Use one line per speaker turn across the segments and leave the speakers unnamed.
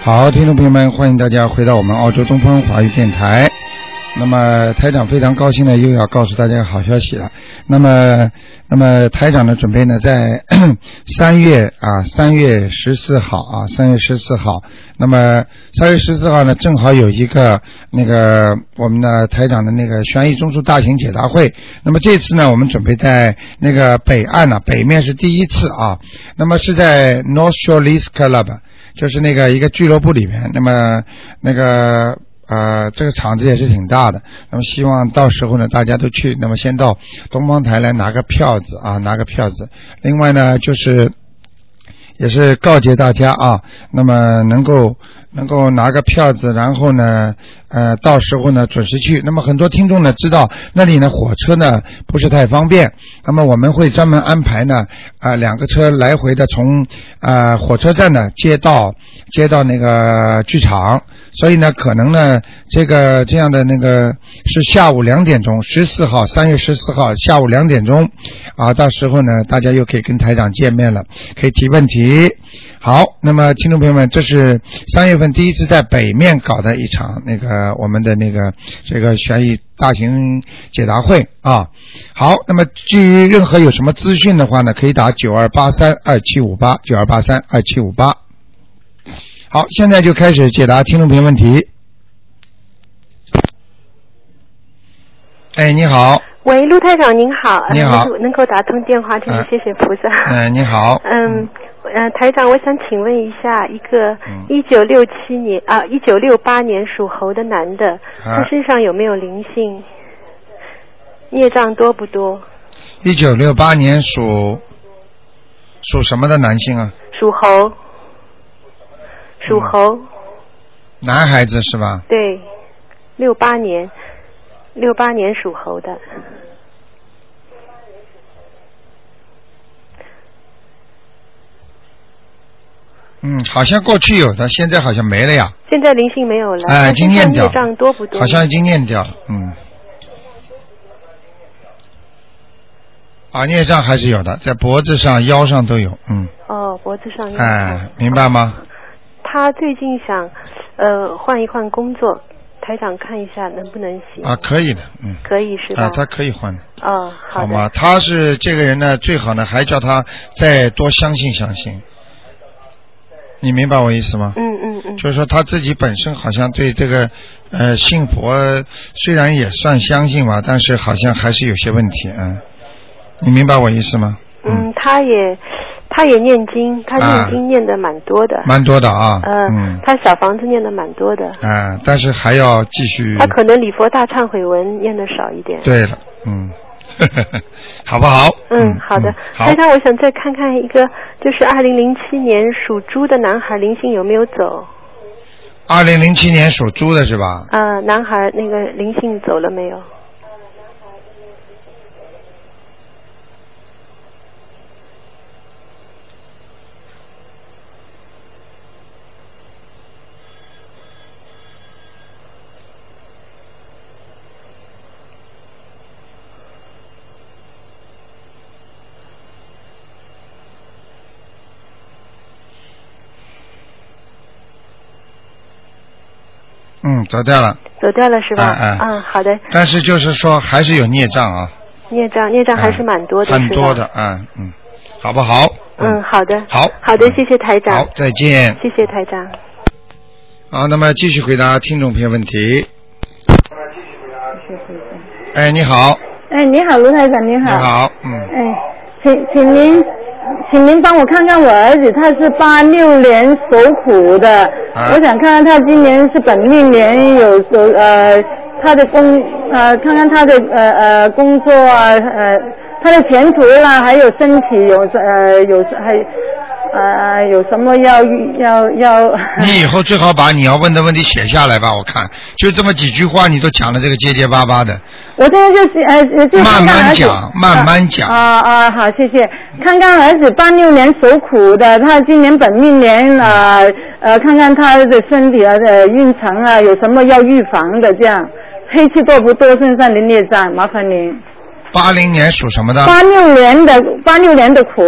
好，听众朋友们，欢迎大家回到我们澳洲东方华语电台。那么台长非常高兴呢，又要告诉大家一个好消息了。那么，那么台长呢，准备呢在 三月啊，三月十四号啊，三月十四号。那么三月十四号呢，正好有一个那个我们的台长的那个悬疑综述大型解答会。那么这次呢，我们准备在那个北岸呢、啊北面是第一次啊。那么是在 North Shore l e a s Club，就是那个一个俱乐部里面。那么那个。呃，这个场子也是挺大的，那么希望到时候呢，大家都去。那么先到东方台来拿个票子啊，拿个票子。另外呢，就是也是告诫大家啊，那么能够能够拿个票子，然后呢，呃，到时候呢准时去。那么很多听众呢知道那里呢火车呢不是太方便，那么我们会专门安排呢啊、呃、两个车来回的从啊、呃、火车站呢接到接到那个剧场，所以呢可能呢这个这样的那个是下午两点钟，十四号三月十四号下午两点钟啊，到时候呢大家又可以跟台长见面了，可以提问题。好，那么听众朋友们，这是三月份第一次在北面搞的一场那个我们的那个这个悬疑大型解答会啊。好，那么至于任何有什么资讯的话呢，可以打九二八三二七五八九二八三二七五八。好，现在就开始解答听众朋友问题。哎，你好，
喂，陆台长您好，呃
你好呃
能够能够打通电话，真是谢谢菩萨。
哎、你好，
嗯，呃，台长，我想请问一下，一个
嗯
一九六七年啊，一九六八年属猴的男的，
啊
他身上有没有灵性？孽障多不多？
一九六八年属属什么的男性啊？
属猴，
嗯
属猴，
男孩子是吧？
对，六八年，六八年属猴的，
嗯，好像过去有的，现在好像没了呀，
现在灵性没有了，
哎
他
已经
身上
念掉
孽障多不多？
好像已经念掉了，嗯。啊，孽障还是有的，在脖子上、腰上都有，嗯，
哦，脖子上孽障。
哎，明白吗？
他最近想呃换一换工作，台长看一下能不能行？
啊，可以的，嗯，
可以是吧？
啊，他可以换的，
哦，好的。
吗？他是这个人呢，最好呢，还叫他再多相信相信，你明白我意思吗？
嗯嗯嗯，
就是说他自己本身好像对这个呃信佛虽然也算相信吧，但是好像还是有些问题嗯，你明白我意思吗？
嗯，他也他也念经，他
啊
念经念的蛮多的。
蛮多的啊，
呃
嗯，
他小房子念的蛮多的，
啊、但是还要继续。
他可能礼佛大忏悔文念的少一点。
嗯对了，嗯， 好不好？
嗯，好的。
好
台，长，我想再看看一个，就是二零零七年属猪的男孩灵性有没有走？
二零零七年属猪的是吧？
呃，男孩那个灵性走了没有？
嗯，走掉了，
走掉了是吧？
哎哎
嗯，好的，
但是就是说还是有孽障啊，
孽障孽障还是蛮多的，
很
是吧
多的。啊、嗯，好不好？
嗯，好的，
好，
好的，谢谢台长
好，，再见。
谢谢台长。
好，那么继续回答听众朋友问题。哎，你好，
哎，你好，卢台长，你好。
你。好，嗯，
哎，请请您，请您帮我看看我儿子，他是八六年属虎的，
啊
我想看看他今年是本命年有有呃他的工呃看看他的呃呃工作啊呃他的前途啦，还有身体有呃有还呃有什么要要要
你以后最好把你要问的问题写下来吧，我看就这么几句话，你都讲的这个结结巴巴的，
我现在就是呃，就
慢
看
慢
看儿子
讲慢慢讲
啊啊啊好，谢谢。看看儿子八六年属虎的，他今年本命年啊呃看看他的身体啊、呃、运程啊，有什么要预防的这样。黑气多不多？身上的孽障，麻烦您。
八零年属什么的？
八六年的八六年的虎，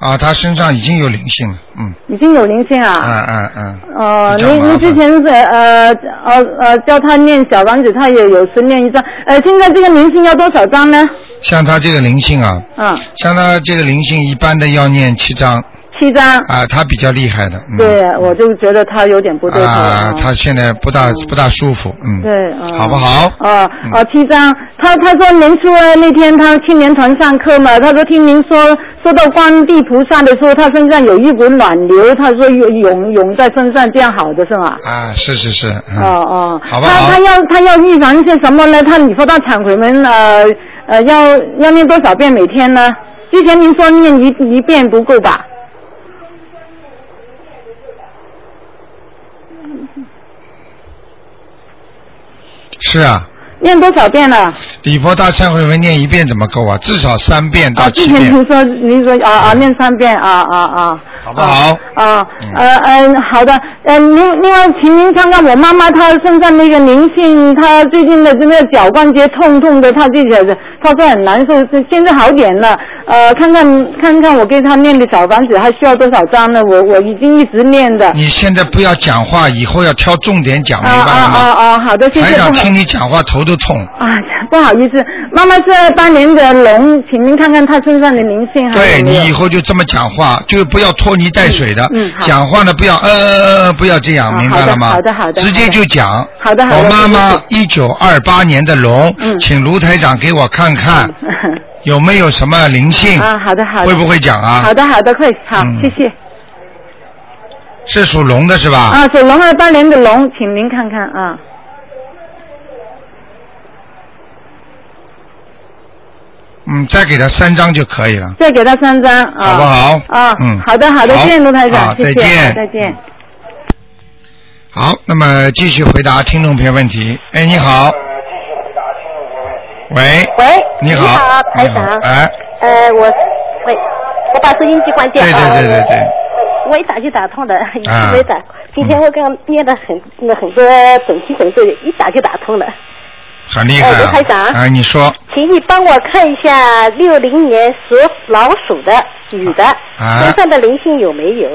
啊，他身上已经有灵性了，嗯。
已经有灵性啊。
嗯嗯嗯。
哦、
比较
您
麻
您
烦
之前是呃呃呃叫他念小房子，他也有时念一张。呃，现在这个灵性要多少张呢？
像他这个灵性啊，
嗯，
像他这个灵性一般的要念七章
七张。
啊，他比较厉害的，嗯。
对，我就觉得他有点不对头。
啊，
嗯
他现在不大不大舒服，嗯。
对，嗯、
好不嗯好？
哦哦，七张。他他说年初二那天他青年团上课嘛，他说听您说说到观地菩萨的时候，他身上有一股暖流，他说有涌涌在身上，这样好的是吗？
啊，是是是，嗯
哦哦，
好不
他
好
他要他要预防些什么呢？他礼佛大忏悔文呃呃要要念多少遍每天呢？之前您说念一一遍不够吧？
是啊，
念多少遍了？
礼佛大忏悔文念一遍怎么够啊？至少三遍
啊，
到
之
七
前
遍，
听说您说啊啊念三遍啊啊啊
好不好？
啊呃嗯、好的呃另另外请您看看我妈妈她身上那个灵性，她最近的这个脚关节痛痛的，她自己的她说很难受，是现在好点了。呃，看看看看我给她念的小房子还需要多少张呢？我我已经一直念的。
你现在不要讲话，以后要挑重点讲，
啊
明白
啊
了吗？
啊啊！好的，谢
台
谢。
长
不好
听你讲话头都痛。
啊，不好意思，妈妈是二八年的龙，请您看看她身上的灵性还
对
有没 有
你以后就这么讲话，就不要拖泥带水的。
嗯嗯好
讲话呢，不要呃呃呃，不要这样，
啊
明白了吗？
好的好的好的
直接就讲。
好的好的嗯
我妈
谢
妈
谢
一九二八年的龙，请卢台长给我看
嗯
看有没有什么灵性，
啊，好的好的。
会不会讲啊？
好的好的，快好，
嗯
谢谢。
是属龙的是吧？
啊，属龙二八年的龙，请您看看啊。
嗯，再给他三张就可以了，
再给他三张啊，
好不好？
啊，
嗯，
好的好的，谢谢卢台
好
长，谢
再
谢，
见
啊再见。
好，那么继续回答听众朋友问题。哎，你好。喂。
喂，
你好。
你好台
你好
长
哎，
呃，我喂，我把收音机关
对
掉啊。
对对对对。
我一打就打通了，一直
啊
没打。今天我刚刚念了很那很多本期本子，一打就打通了。
很厉害、
哎
啊
卢。台长
哎，你说
请你帮我看一下六零年属老鼠的女的、
啊
身上的灵性有没有？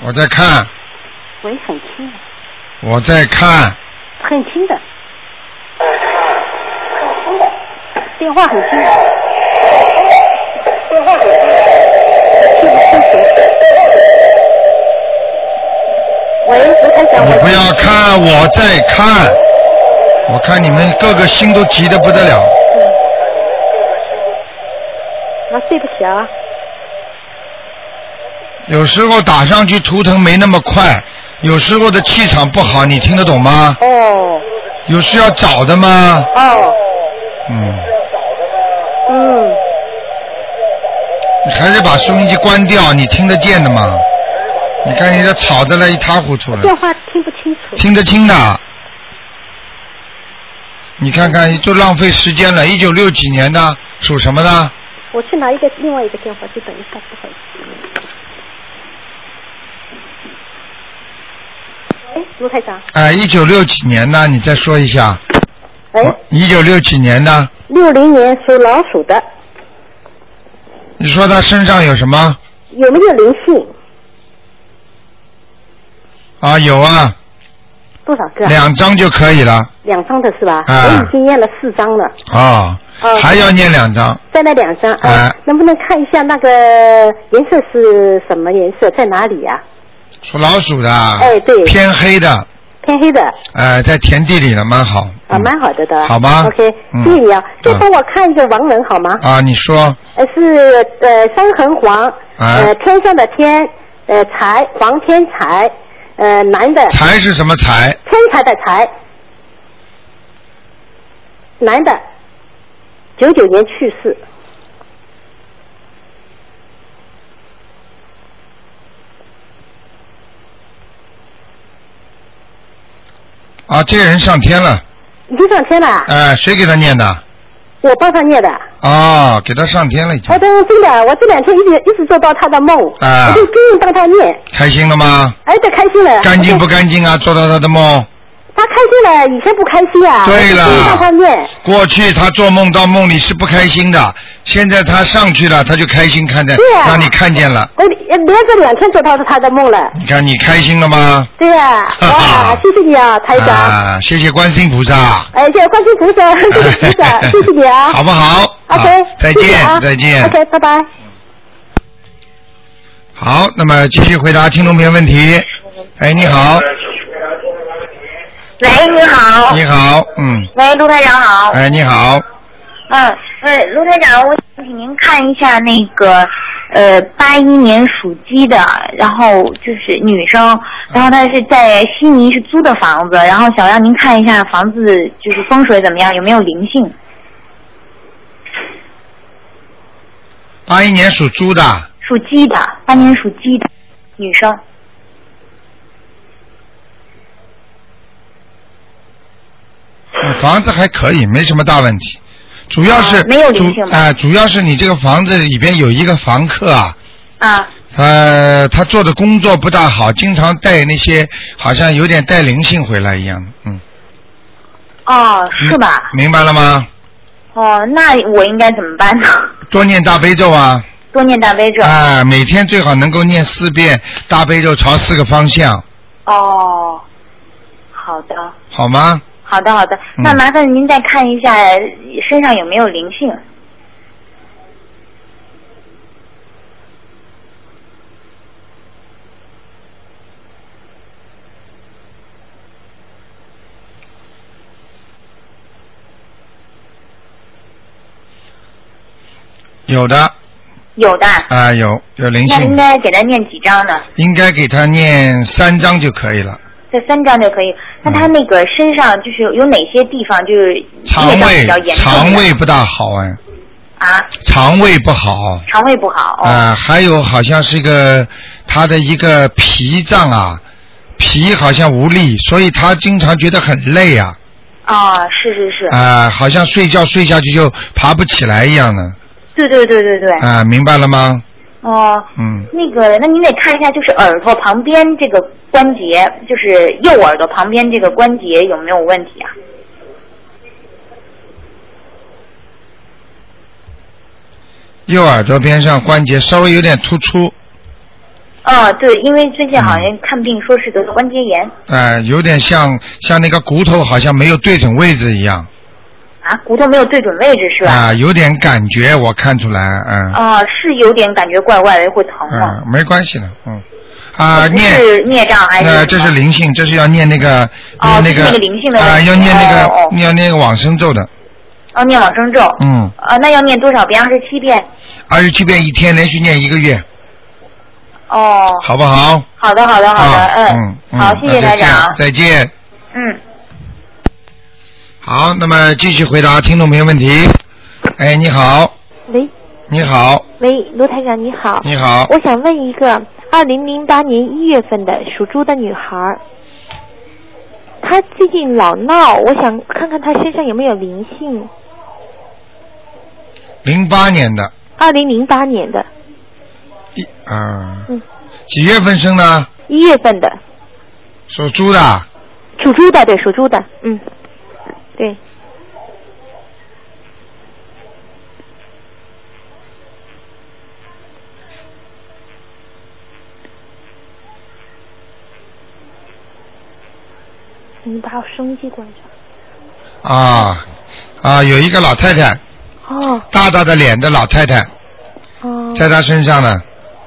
我在看，
喂，很轻的，
我在看，
很轻的，呃很轻的，电话很轻的，电话很轻的，听不清楚。喂，卢台长，
你
我
不要看，我在看，我看你们各个心都急得不得了。
啊，对不起啊，
有时候打上去图腾没那么快，有时候的气场不好，你听得懂吗？
哦
有事要找的吗？
哦，
嗯，
嗯，
你还是把收音机关掉，你听得见的吗？你看你这吵得来一塌糊涂了。
电话听不清楚。
听得清的。你看看，就浪费时间了。一九六几年的，属什么的？
我去拿一个另外一个电话，就等一下，不好意思。嗯哎，卢台长，
哎，一九六几年的，你再说一下。
哎，
一九六几年的，
六零年属老鼠的
你说他身上有什么？
有没有灵性？
啊，有啊，
多少个啊？
两张就可以了
两张的是吧？
啊
我已经念了四张了，
啊、
哦
还要念两张。
再来两张啊
啊
能不能看一下那个颜色是什么颜色，在哪里呀、
属老鼠的，
哎对
偏黑的，
偏黑的。
哎，在田地里了，蛮好。
啊，蛮好的的。
嗯好吧
OK，
嗯
谢谢你啊。再
啊
帮我看一个亡人好吗？
啊，你说
呃，是呃三横
啊
黄，呃天上的天，呃财黄天财，呃男的
财是什么财？
天才的才，男的，九九年去世，
啊，这个人上天了。
已经上天了。啊
哎，谁给他念的？
我帮他念的。
哦，给他上天了已经
我。真真的，我这两天一直一直做到他的梦，
啊
我就拼命帮他念，
开心了吗？
哎，这开心了。
干净不干净啊？做到他的梦。
他开心了，以前不开心啊。
对了
我就拼命帮他念，
过去他做梦到梦里是不开心的，现在他上去了，他就开心看见，
对啊
让你看见了。
我连着两天做到他的梦了。
你看你开心了吗？
对呀、哇，谢谢你啊，台长。
啊，谢谢观世音菩萨。
哎，谢谢观世音菩萨，谢谢菩萨，谢谢你啊。
好不好好
OK，
再
谢谢啊
见再见
OK，拜拜。
好，那么继续回答听众朋友问题。哎，你好，
喂，哎你好。
你好，嗯，
喂，卢台长好。
哎，你好，
嗯，喂，卢台长，我想请您看一下那个，呃，八一年属鸡的，然后就是女生，
嗯
然后她是在悉尼是租的房子，然后想让您看一下房子就是风水怎么样，有没有灵性？
八一年属猪的，
属鸡的，八年属鸡的女生，
嗯房子还可以，没什么大问题，主要是、
啊没有灵
主
性
啊、主要是你这个房子里边有一个房客啊，
啊，
他他做的工作不大好，经常带那些好像有点带灵性回来一样的，嗯，
哦，是吧？
明白了吗？
哦，那我应该怎么 办呢？
多念大悲咒啊，
多念大悲咒。
啊，每天最好能够念四遍大悲咒，朝四个方向，
哦，好的。
好吗？
好的，好的，
嗯
那麻烦您再看一下呃身上有没有灵性。
有的啊、
有的，
有有灵
那应
性，
该给他念几张呢？
应该给他念三章就可以了。
这三张就可以。那他那个身上就是有哪些地方就是
嗯肠
业障
胃
比较严重的
肠胃不大好哎，
啊，
肠胃不好啊、
肠胃不好。哦
还有好像是一个他的一个脾脏啊，脾好像无力，所以他经常觉得很累啊，
啊，是是是，
啊、好像睡觉睡下去就爬不起来一样的
对对对对对。
啊、明白了吗？
哦，
嗯，
那个，那您得看一下，就是耳朵旁边这个关节，就是右耳朵旁边这个关节有没有问题啊？
右耳朵边上关节稍微有点突出，
啊，对，因为最近好像
嗯
看病说是得了关节炎
呃，有点像像那个骨头好像没有对准位置一样
啊，骨头没有对准位置是吧？
啊、有点感觉我看出来，嗯、
啊，是有点感觉怪怪的，会疼
嗯、
吗？
没关系的，嗯，啊、
不
念
是孽障还是什
呃，
么？
这是灵性，这是要念那个，
哦
念
就是
个
那个灵性的
啊、
问题
要念那个，
哦哦
要念往生咒的，
哦，念往生咒。
嗯，
啊，那要念多少遍？二十七遍。
二十七遍一天，连续念一个月，
哦，
好不好？
好的，好的，好的，
啊
嗯，
嗯，
好，谢谢
那
台
就这样
长。
再见。
嗯，
好，那么继续回答听众朋友问题。哎，你好，
喂
你好，
喂，卢台长你好，
你好，
我想问一个二零零八年一月份的属猪的女孩儿，她最近老闹，我想看看她身上有没有灵性。
零八年的，
二零零八年的
一啊、
嗯
几月份生的？
一月份的
属猪的，
属猪的，对，属猪的，嗯，对，
嗯
你把我收音机关上。
啊啊，有一个老太太，
哦
大大的脸的老太太，
哦
在她身上呢。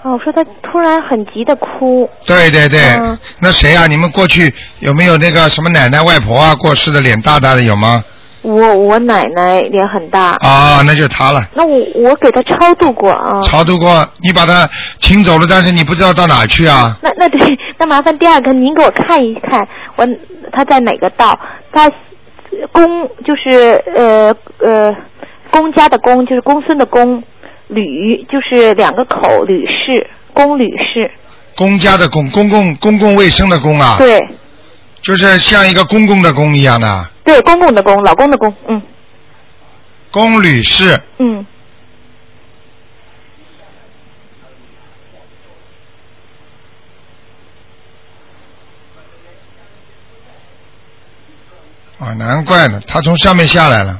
哦，我说她突然很急的哭，
对对对，
嗯
那谁啊？你们过去有没有那个什么奶奶、外婆啊过世的脸大大的有吗？
我我奶奶脸很大，
啊、那就是她了。
那我我给她超度过啊。
超度过，你把她请走了，但是你不知道到哪儿去啊？
那那对，那麻烦第二个您给我看一看，我他在哪个道？他公就是呃呃公家的公，就是公孙的公，吕就是两个口，吕氏，公吕氏，
公家的公，公共公共卫生的公啊。
对，
就是像一个公共的公一样的。
对，公公的公，老公的公，嗯，
公吕氏，
嗯，
啊，难怪呢，他从上面下来了。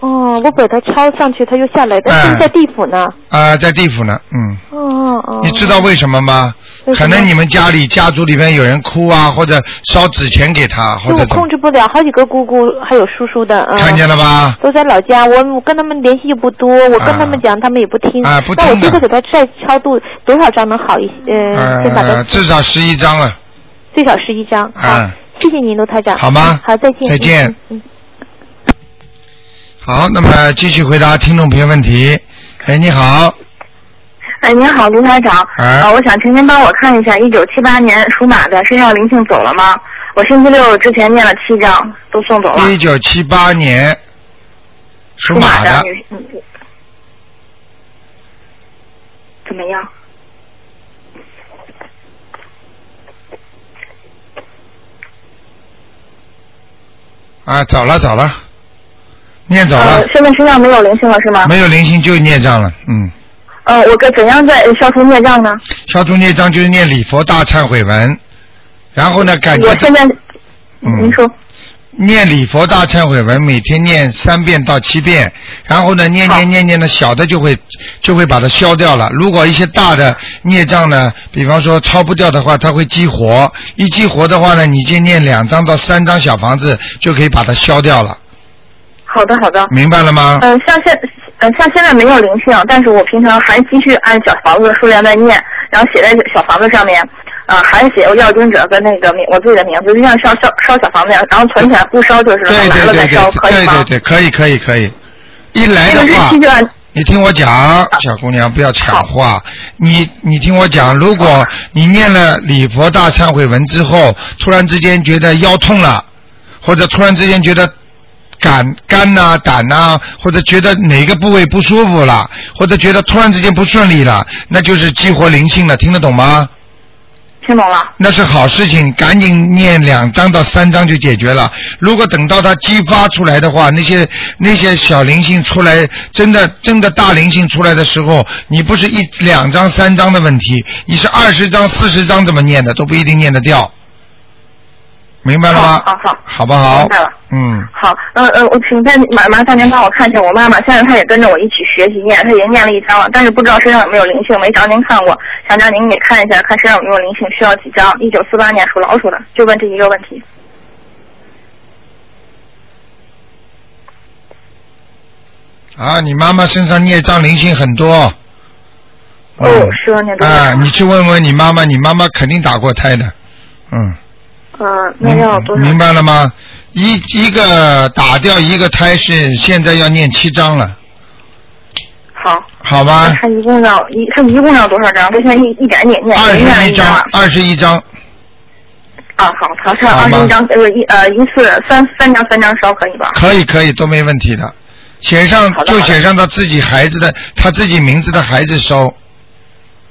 哦，我把它抄上去，它又下来，但
哎
是在地府呢。
啊、在地府呢，嗯，
哦哦哦。
你知道为什么吗？
为什
可
么
能你们家里家族里边有人哭啊，或者烧纸钱给他，或者
就我
怎么
控，制不了，好几个姑姑还有叔叔的啊。
看见了吧？
都在老家，我我跟他们联系又不多，我跟他们讲，他们也不听。
啊不
那我
听的
这个给他再超度多少张能好一些？呃，先把它
呃，至少十一张了，
最少十一张。好，
啊、
谢谢您，卢台长。
好吗
好，再见。
再见
嗯。嗯
好，那么继续回答听众朋友问题。哎，你好，
哎，您好，卢台长。
哎
呃，我想请您帮我看一下，一九七八年属马的身上灵性走了吗？我星期六之前念了七张，都送走了。
啊
一九七八年属
属马
马的，
女性，嗯怎么样？
啊，走了走了，念走了
呃，，现在身上没有灵性了是
啊
吗？
没有灵性就孽障了，嗯，
呃，我该怎样再消除孽障呢？
消除孽障就是念礼佛大忏悔文，然后呢，感觉
我现在，
嗯
您说，
念礼佛大忏悔文，每天念三遍到七遍，然后呢，念
好
念念念的小的就会就会把它消掉了。如果一些大的孽障呢，比方说超不掉的话，它会激活，一激活的话呢，你就念两张到三张小房子就可以把它消掉了，
好的好的。
明白了吗？
嗯，像现嗯像现在没有灵性，但是我平常还继续按小房子的数量在念，然后写在小房子上面，啊、还写我要经者跟那个名我自己的名字，就像烧烧烧小房子一样，然后存起来不烧就是
对
拿
对
了
对
再烧，
对
可以
对
吗？
对对，可以可以可以。一来
那
的
个
话
日期，就按
你听我讲，小姑娘不要抢话。你你听我讲，如果你念了礼佛大忏悔文之后，突然之间觉得腰痛了，或者突然之间觉得肝肝呐、胆呐、或者觉得哪个部位不舒服了，或者觉得突然之间不顺利了，那就是激活灵性了，听得懂吗？
听懂了。
那是好事情，赶紧念两张到三张就解决了。如果等到它激发出来的话，那些那些小灵性出来，真的真的大灵性出来的时候，你不是一两张三张的问题，你是二十张四十张怎么念的都不一定念得掉，明白了吗？
好好好
不好
明白了？
嗯，
好，呃呃，我请再麻麻烦您帮我看一下我妈妈，现在她也跟着我一起学习念，她也念了一张了，但是不知道身上有没有灵性，没找您看过，想让您给看一下，看身上有没有灵性，需要几张？一九四八年属老鼠的，就问这一个问题。
啊，你妈妈身上孽障灵性很多。
哦
嗯
是吗孽障
啊，你去问问你妈妈，你妈妈肯定打过胎的，嗯。
呃，那
明
要多少？
明白了吗？一一个打掉一个胎是现在要念七章了，
好，
好吧？
他一共要一，他一共要多少张？这现在一一点点念，
二
一
十
点
一
一张
章
了，。
二十一章，
啊，好，好，像
好
二
吗
十一张，呃一呃一次三三张三张烧可以吧？
可以可以，都没问题的。写上
好的
就
好的
写上他自己孩子的，他自己名字的孩子收，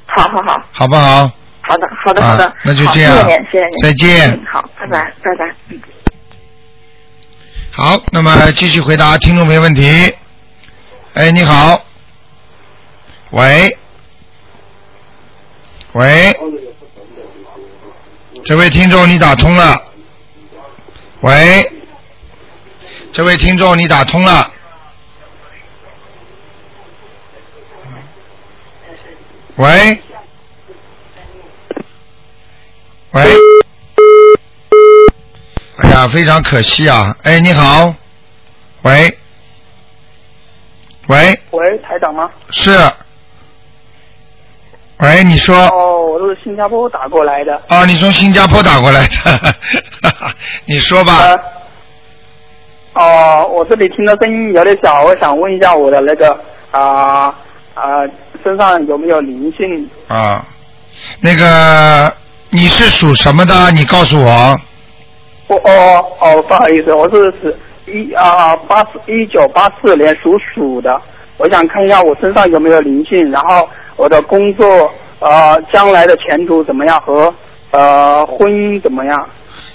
好好好，
好不好？
好的好的好的
啊，那就
好
这样
谢谢您，谢谢您，
再见
嗯好，拜拜拜拜。嗯
好，那么继续回答听众朋友问题。哎，你好，喂，喂，这位听众你打通了，喂，这位听众你打通了，喂，喂。哎呀，非常可惜啊！哎，你好，喂，喂，
喂，台长吗？
是，喂，你说，
哦，我是新加坡打过来的。
哦，你从新加坡打过来的， 你说吧，
呃哦，我这里听的声音有点小，我想问一下我的那个啊啊、身上有没有灵性？
啊，那个你是属什么的？你告诉我，
我哦哦，不好意思，我是是一啊八四一九八四年属鼠的，我想看一下我身上啊有没有灵性，然后我的工作呃将来的前途怎么样和呃，婚姻怎么样？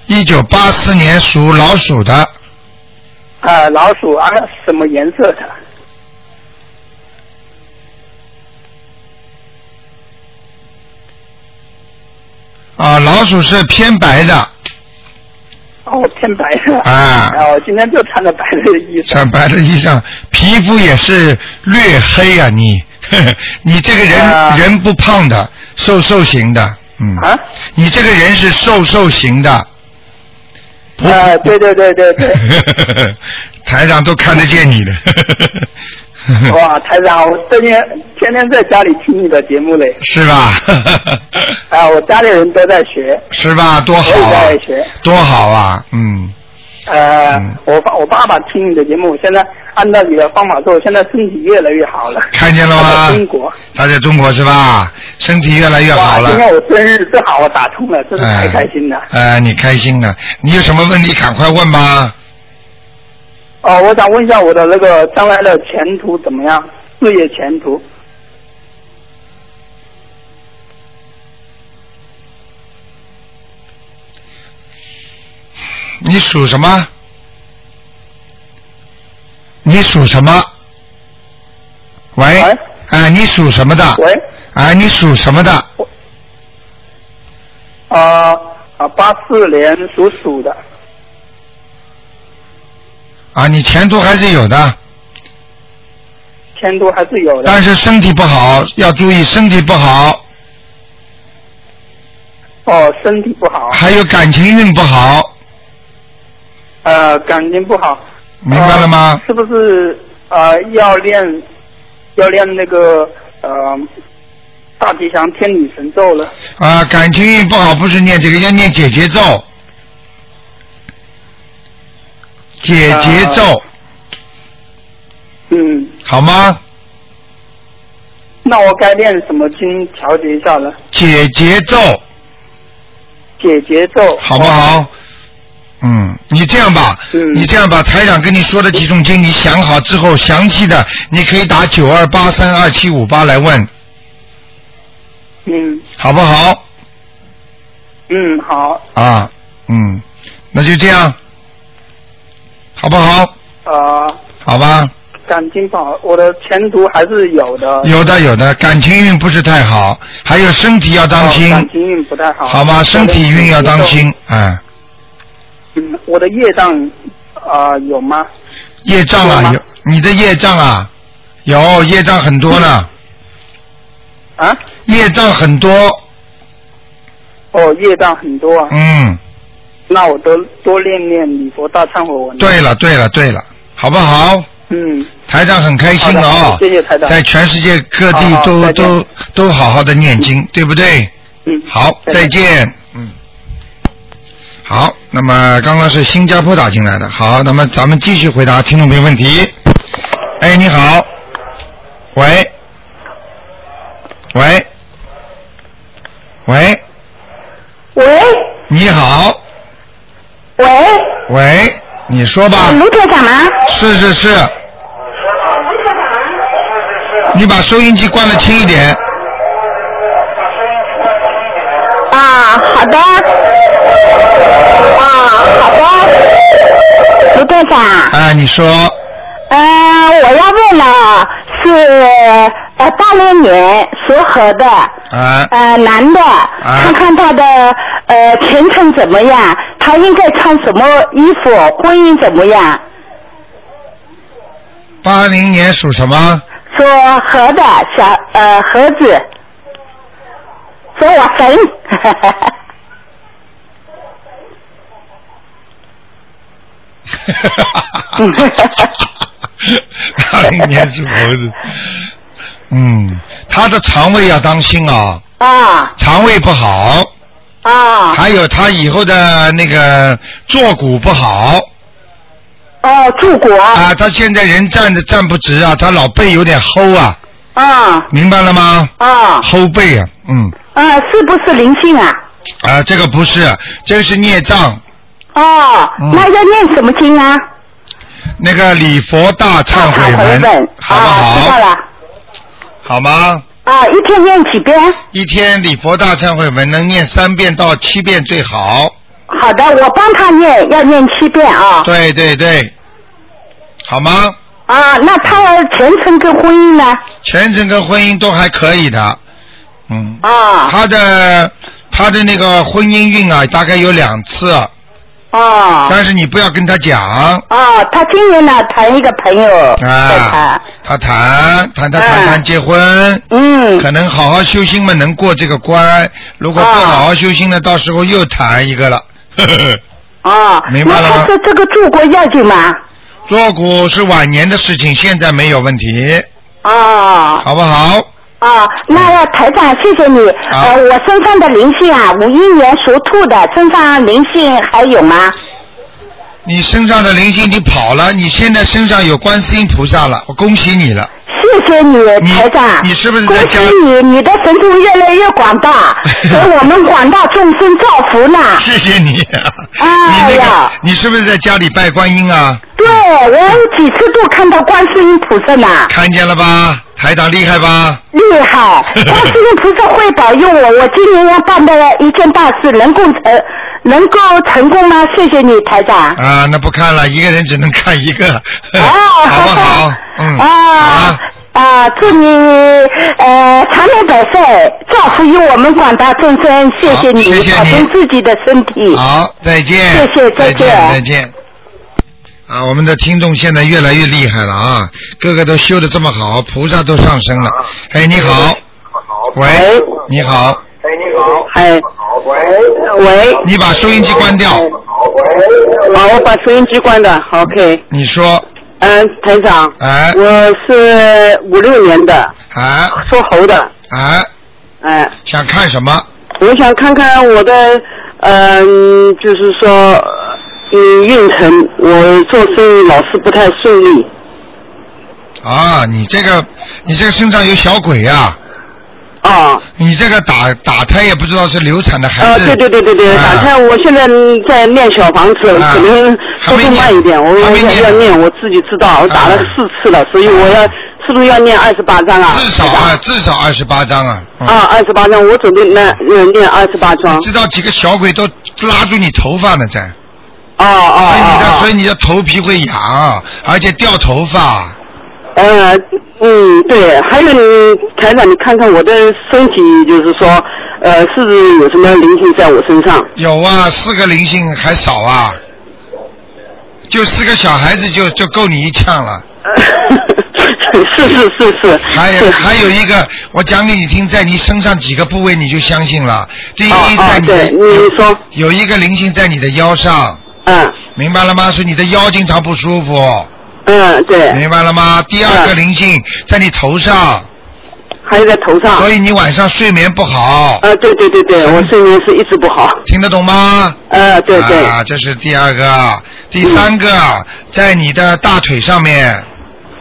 一九八四年属老鼠的，
啊，老鼠啊，什么颜色的？
啊，老鼠是偏白的，
哦，偏白的。
啊
然后今天就穿着白的衣裳。
穿白的衣裳，皮肤也是略黑啊，你， 你这个人、
啊
人不胖的，瘦瘦型的，嗯，
啊？
你这个人是瘦瘦型的，不，
啊，对对对对对。
台上都看得见你的，嗯
哇，台长，我最近天天在家里听你的节目嘞，
是吧？
啊，我家里人都在学，
是吧？多
我
好
也
啊，
在学。
多好啊，嗯，
呃，我爸我爸爸听你的节目，现在按照你的方法做，现在身体越来越好了。
看见了吗
他在中国，
他在中国是吧？身体越来越好
哇，
了
今。天我生日正好我打通了，真是太开心了。
呃，你开心了，你有什么问题赶快问吧。
哦、我想问一下我的那个将来的前途怎么样？事业前途？
你属什么？你属什么？喂，哎
喂、
你属什么的？
喂，
哎、你属什么的？
啊啊，八四年属鼠的，
啊，你前途还是有的，
前途还是有的。
但是身体不好，要注意身体不好，
哦，身体不好，
还有感情运不好，
呃，感情不好。
明白了吗
呃？是不是呃要练要练那个呃大吉祥天女神咒了？
啊、感情运不好不是念这个，要念解结咒，解结咒、
啊呃嗯，
好吗？
那我该练什么经调节一下呢？
解结咒，
解结咒
好不？好？嗯，你这样吧，
嗯
你这样吧，台长跟你说的几种经，你想好之后，详细的你可以打九二八三二七五八来问，
嗯
好不好？
嗯，好，
啊，嗯，那就这样，好不好？
呃，
好吧，
感情不好，我的前途还是有的。
有的有的，感情运不是太好，还有身体要当心
哦，感情运不太好。
好吗？身体运要当心，哎、
嗯，我的业障啊、有吗？
业障
有
啊，
吗
有你的业障啊，有业障很多呢，
啊？
业障很多，
哦，业障很多啊。
嗯。
那我多多练练礼佛大忏悔文。
对了，对了，对了，好不好？
嗯，
台长很开心
好
哦
的，谢谢台长
在全世界各
好
地
好
都
再见
都都好好的念经，对不对？
嗯，
好，再见。嗯。好，那么刚刚是新加坡打进来的，好，那么咱们继续回答听众朋友问题。哎，你好，喂，喂，喂，
喂
你好，
喂，
喂，你说吧。
哎卢台长吗？
是是是。你把收音机关的轻一点，
啊，好的。啊，好的。卢队长，
啊，你说
呃，我要问了，是呃八六年属猴的，
啊，
呃男的，看看他的呃前程怎么样，他应该穿什么衣服，婚姻怎么样？
八零年属什么？
说盒的小呃盒子，说我 神，
八零年属猴子。嗯，他的肠胃要当心啊、
啊
肠胃不好，
啊
还有他以后的那个坐骨不好
哦，住国
啊，他现在人站着站不直啊，他老背有点齁啊，
啊
明白了吗？
啊
齁背啊，嗯，
啊，是不是灵性啊？
啊，这个不是，这个是孽障，
哦，
嗯
那要念什么经啊？
那个礼佛大忏悔
忏悔
文
文，
好不
啊，知道
好？
了
好吗？
啊啊，一天念几遍？
一天礼佛大忏悔文能念三遍到七遍最好。
好的，我帮他念，要念七遍啊。
对对对，好吗？
啊，那他要前程跟婚姻呢？
全程跟婚姻都还可以的，嗯，
啊
他的他的那个婚姻运啊，大概有两次，
啊
但是你不要跟他讲。
啊！他今年呢谈一个朋友在
啊
谈，，
他谈谈谈谈谈结婚，
嗯，
可能好好修心嘛，能过这个关。如果不好好修心呢，到时候又谈一个了。呵呵呵
啊，
明白了
那
吗
他这这个出国要紧吗？
坐骨是晚年的事情，现在没有问题，
啊
好不好？
啊，那要台长，谢谢你。呃，我身上的灵性啊，五一年属兔的，身上灵性还有吗？
你身上的灵性已经跑了，你现在身上有观世音菩萨了，我恭喜你了。
谢谢你，台长。
你是不是
恭
在
喜
家
你，你的神通越来越广大， 给我们广大众生造福呢。
谢谢你、啊
哎
你那个
呀，
你是不是在家里拜观音啊？
对，我有几次都看到观世音菩萨呢，
看见了吧，台长厉害吧？
厉 害！观世音菩萨会保佑我，我今年要办的一件大事能够呃能够成功吗？谢谢你，台长。
啊，那不看了，一个人只能看一个， 好不好？嗯，
啊啊！祝你呃长命百岁，造福于我们广大众生。谢谢你，
好谢谢
保
你
重自己的身体。
好，再见。
谢谢
再
再见
再见。啊，我们的听众现在越来越厉害了啊，个个都修的这么好，菩萨都上升了。哎，你好，喂，你好，
哎，喂，
你把收音机关掉。
好，我把收音机关的，OK。
你说，
嗯，台长，
哎
我是五六年的，
哎
属猴的，
哎，
哎、
想看什么？
我想看看我的，嗯，就是说，嗯，运程，我做生意老是不太顺利，
啊，你这个，你这个身上有小鬼啊！
啊，
你这个打打胎也不知道是流产的孩
啊，
子，
对对对对对，
啊
打开，我现在在念小房子，
啊
可能
还
速
没
度慢一点，我
还
我
没念啊
要要念，我自己知道，我打了四次了，所以我要是不是要念二十八章啊？
至少啊，至少二十八张啊。嗯
啊，二十八章，我准备念呃念二十八章。
知道几个小鬼都拉住你头发呢，在。
哦哦
所以你的，
哦，
所以你的头皮会痒，而且掉头发。
呃，嗯，对，还有你台长，你看看我的身体，就是说，呃，是不是有什么灵性在我身上？
有啊，四个灵性还少啊，就四个小孩子就就够你一呛了。
是是是是，
还有
是
还有一个，我讲给你听，在你身上几个部位你就相信了。第一，
哦哦
在你的、
对你说
有一个灵性在你的腰上，
嗯
明白了吗？是你的腰经常不舒服，
嗯对，嗯
明白了吗？第二个灵性在你头上，
还有在头上。
所以你晚上睡眠不好，
呃，对对对对，我睡眠是一直不好。
听得懂吗？
呃，对对，
啊，这是第二个，第三个、在你的大腿上面，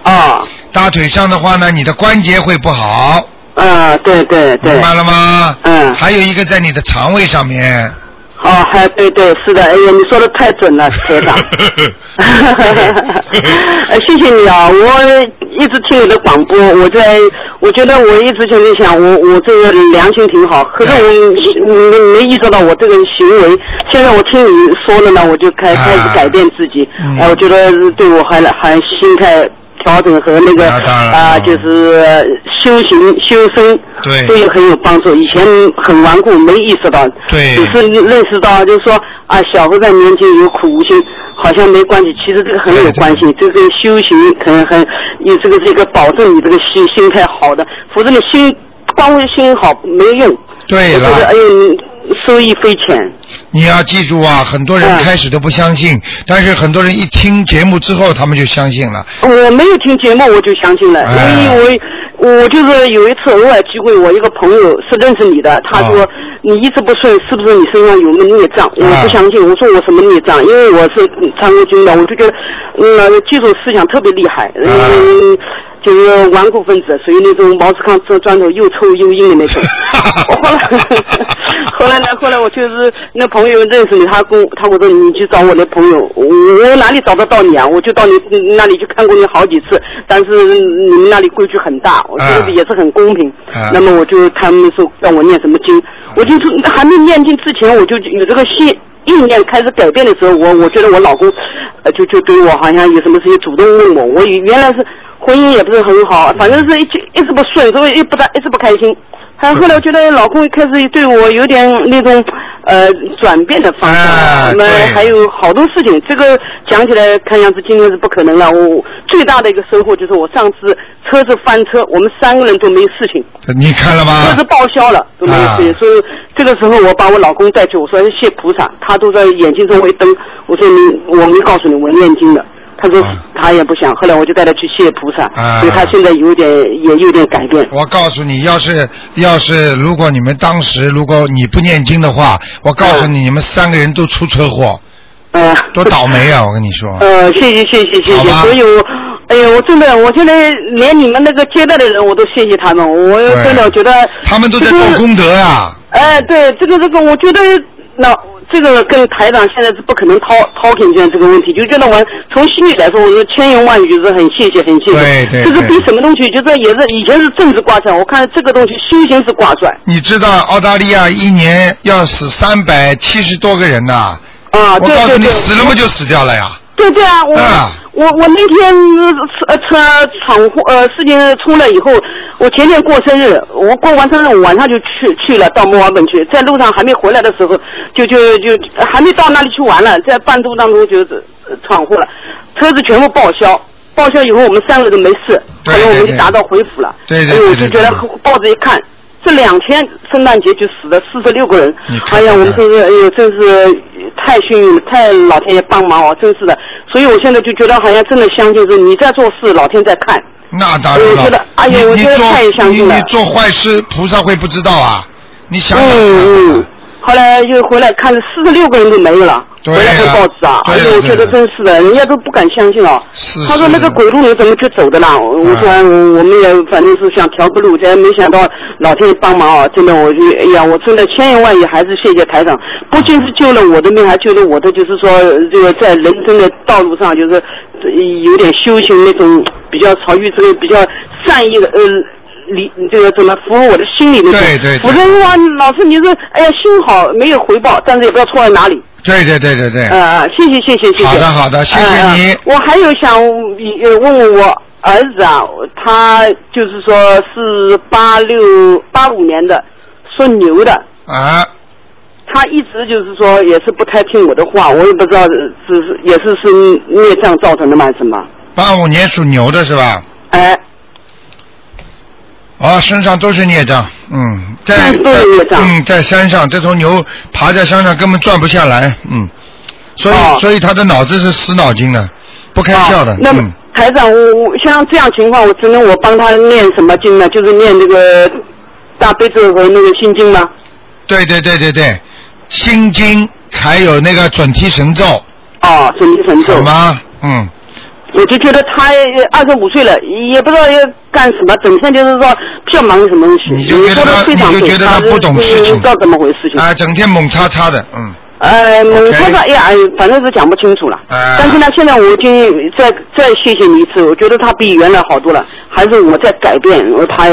哦，
大腿上的话呢，你的关节会不好，
呃，对对对
明，白了吗？
嗯
还有一个在你的肠胃上面，
哦，还对对，是的，哎呀，你说的太准了，台 长。呃谢谢你啊！我一直听你的广播，我在，我觉得我一直就是想，我我这个良心挺好，可是
哎
我没没意识到我这个行为。现在我听你说了呢，我就开
啊
开始改变自己，
嗯
哎，我觉得对我还还心态调整和那个
那当然
啊、
了
就是修行修身，
对
都有很有帮助。以前很顽固，没意识到，
对
只是认识到就是说啊，小时候在年轻有苦无心，好像没关系，其实这个很有关系。这个修行可能很，你这个是一个保证你这个心心态好的，否则你心光会心好没用。
对
我觉得哎
了，
呦，收益匪浅。
你要记住啊，很多人
嗯
开始都不相信，但是很多人一听节目之后，他们就相信了。
我没有听节目，我就相信了，
哎
因为我我就是有一次偶尔聚会，我一个朋友是认识你的，他说、
哦
你一直不顺，是不是你身上有个孽障？我不相信，我说我什么孽障？因为我是参过经的，我就觉得嗯，基础思想特别厉害，嗯。就是顽固分子，属于那种毛子糠做砖头又臭又硬的那种。后来， 后来呢？后来我就是那朋友认识你，他跟我他我说你去找我的朋友，我我哪里找得到你啊？我就到你那里去看过你好几次，但是你们那里规矩很大，我觉得也是很公平。
啊
那么我就他们说让我念什么经，我就是还没念经之前，我就有这个信。意念开始改变的时候，我我觉得我老公，呃，就就对我好像有什么事情主动问我，我以原来是婚姻也不是很好，反正是一直一直不顺，所以一不大一直不开心。还后来我觉得老公开始对我有点那种呃转变的方向，那、
啊对
还有好多事情，这个讲起来看样子今天是不可能了。我最大的一个收获就是我上次车子翻车，我们三个人都没事情，
你看了吗？
车子报销了都没有
啊
事情，所以这个时候我把我老公带去，我说谢菩萨，他都在眼睛周围瞪，我说你我没告诉你我念经的。他说他也不想，后来我就带他去谢菩萨，
啊
所以他现在有点也有点改变。
我告诉你，要是要是如果你们当时如果你不念经的话，我告诉你，你们三个人都出车祸，
嗯，
多倒霉啊！我跟你说，
呃，谢谢谢谢谢
好
谢，
吧
所以我，哎呀，我真的，我现在连你们那个接待的人我都谢谢他们，我
对
真的觉得
他们都在
这个
做功德啊。
哎，对，这个这个，我觉得那这个跟台长现在是不可能掏掏平这样这个问题，就觉得我从心里来说，我是千言万语是很谢谢很谢谢，
对对
就是
对
比什么东西，就是也是以前是政治挂帅，我看这个东西修行是挂帅。
你知道澳大利亚一年要死三百七十多个人呐、
啊
我
对
告诉
对
你，
对
死了嘛就死掉了呀。
对对啊，我、
啊
我我那天呃车闯祸呃事情出了以后，我前天过生日，我过完生日我晚上就去去了到墨尔本去，在路上还没回来的时候，就就就还没到那里去玩了，在半途当中就、呃闯祸了，车子全部报销。报销以后，我们三个都没事，
对
后来我
对
们就
对
达到恢复了。
对对
哎呦我
对
就
对
觉得
对
报纸一看，这两天圣诞节就死了四十六个人
你。看
哎呀，我们真是，哎呦，真是太幸运了，太老天爷帮忙哦，真是的。所以我现在就觉得好像真的相信是你在做事，老天在看。
那当然了。
我觉得哎呀我
你
觉得太
你做
伤
你
心了
你做坏事，菩萨会不知道啊？你想想看。
嗯嗯。后来又回来看，四十六个人都没有了。
对
回来看
了
报纸啊，
对
哎
了
呦，我
对
觉得
了
真是的，人家都不敢相信哦。
是
他说
是
那个鬼路你怎么去走的啦？我我说我我们也反正是想调个路，但没想到老天爷帮忙啊！真的，我就哎呀，我真的千言万语还是谢谢台长，不仅是救了我的命，还救了我的就是说这个在人生的道路上就是呃有点修行那种比较朝于这个比较善意的呃。理这个怎么服务我的心理那种？
对对对
我说哇，老师你说，哎呀，幸好没有回报，但是也不知道错在哪里。
对对对对对。
啊，谢谢谢谢谢谢。
好的好的谢谢
呃
你
我还有想问问我儿子啊，他就是说是八六八五年的，属牛的，
啊，
他一直就是说也是不太听我的话，我也不知道是是也是是孽障造成的吗？还是什么？
八五年属牛的是吧？
哎、
啊，身上都是孽障，嗯，在
都是孽障
嗯，在山上，这头牛爬在山上根本转不下来，嗯，所以、
哦
所以他的脑子是死脑筋的，不开窍的，
啊那么、
嗯，
台长，我我像这样情况，我只能我帮他念什么经呢？就是念这个大悲咒和那个心经吗？
对对对对对，心经还有那个准提神咒，
哦，准提神咒。
好吗？嗯，
我就觉得他二十五岁了，也不知道要干什么，整天就是说不知道忙什么东西。
你就觉得
说
他
的非常
你
对，
就觉得他
是
不懂事情
不知道怎么回事情。
啊，整天猛叉叉的，嗯，
呃，
OK
我他说哎呀，哎反正是讲不清楚了。
啊
但是呢，现在我已经再再谢谢你一次，我觉得他比原来好多了，还是我在改变，我他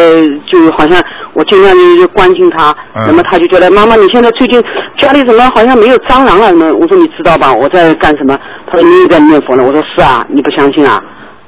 就好像我经常就就关心他，
嗯
那么他就觉得妈妈你现在最近家里怎么好像没有蟑螂了？那我说你知道吧，我在干什么？他说你也在念佛了。我说是啊，你不相信啊？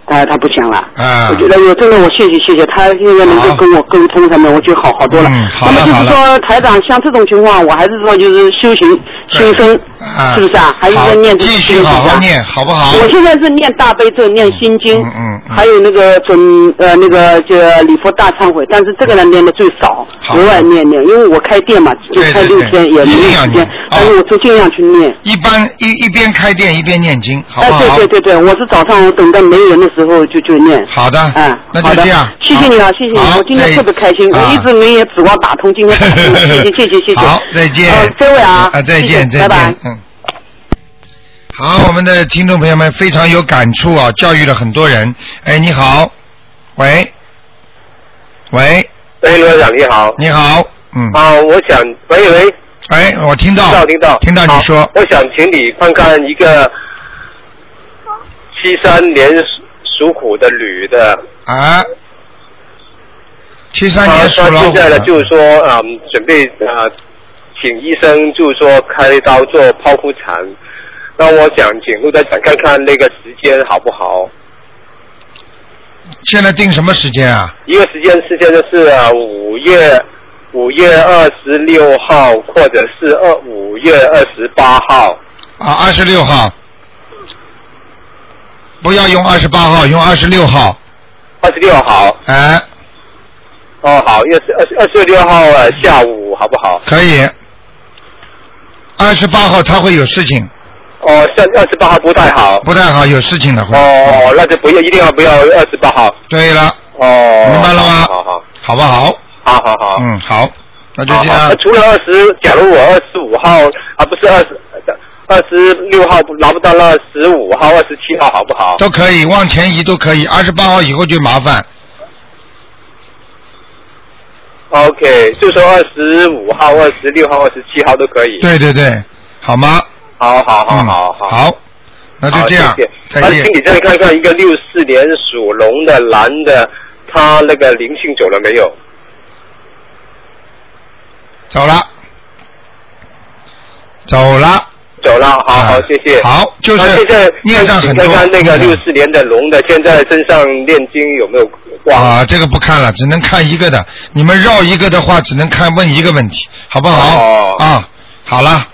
他他不讲了。
啊
我，觉得我真的我谢谢谢谢他现在能够
好
跟我沟通什么，我觉得好好多了。
嗯好了
那么就是
好
说台长像这种情况，我还是说就是修行修身，
啊，
是不是啊？还是
好
说念这
继
个
续
经
好
是
好
不是啊
念，好不好？
我现在是念大悲咒，念心经，
嗯嗯嗯
还有那个准呃那个就礼佛大忏悔，但是这个呢念的最少，
好
额外念念，因为我开店嘛，就
对
开
对
六
对
天也
一
没
定
有
要
时
念
间，但是
哦
我就尽量去念。
一般一一边开店一边念经，好不好？
哎，对对对对，我是早上我等到没人的时候就就念。
好的，
嗯，
那
好
就
的
这样。
谢谢你啊，谢谢你，
好
我今天
再
特别开心，
啊
我一直没有指望打通，今天打通了，谢谢谢谢谢谢。
好，再见
呃。这位啊，
啊，再见，
谢
再
谢
见，
拜拜。
嗯。好，我们的听众朋友们非常有感触啊，教育了很多人。哎，你好，喂，喂，
哎，罗院长你好。
你好，嗯，
啊，我想，喂喂，
哎，我听
听
到，
到听到
听到你说
好，我想请你看看一个七三年属虎的女的，
啊，七三
啊
她
年属
她
老虎
现在呢
的，
就是说啊、嗯准备啊、请医生就是说开刀做剖腹产。那我想请陆队长看看那个时间好不好？
现在定什么时间啊？
一个时间时间就是啊五月五月二十六号，或者是二五月二十八号。
啊，二十六号，不要用二十八号，用二十六号，
二十六号，
哎，
哦好，二十二二十六号呃下午好不好？
可以。二十八号他会有事情，
哦，下二十八号不太好。
不太好，有事情的会。
哦，那就不要，一定要不要二十八号。
对了，
哦。
明白了吗
好好
好不好？
好好好。
嗯，好，那就
好
这
好。
样
那。哦除了二十，假如我二十五号啊，不是二十二十六号拿不到那十五号、二十七号好不好？
都可以往前移，都可以。二十八号以后就麻烦，
OK，就说二十五号、二十六号、二十七号都可以。
对对对，好吗？
好好好
嗯
好好。
好，那就这样
好谢谢，
再
那
见
请你再看看一个六四年属龙的男的，他那个灵性走了没有？
走了，走了。
走了，好好，谢谢。
啊好就是
那现在
孽障很多
请看看那个
嗯
六四年的龙的，现在身上念经有没有
啊，这个不看了，只能看一个的。你们绕一个的话，只能看问一个问题，好不好？
哦
啊，好了，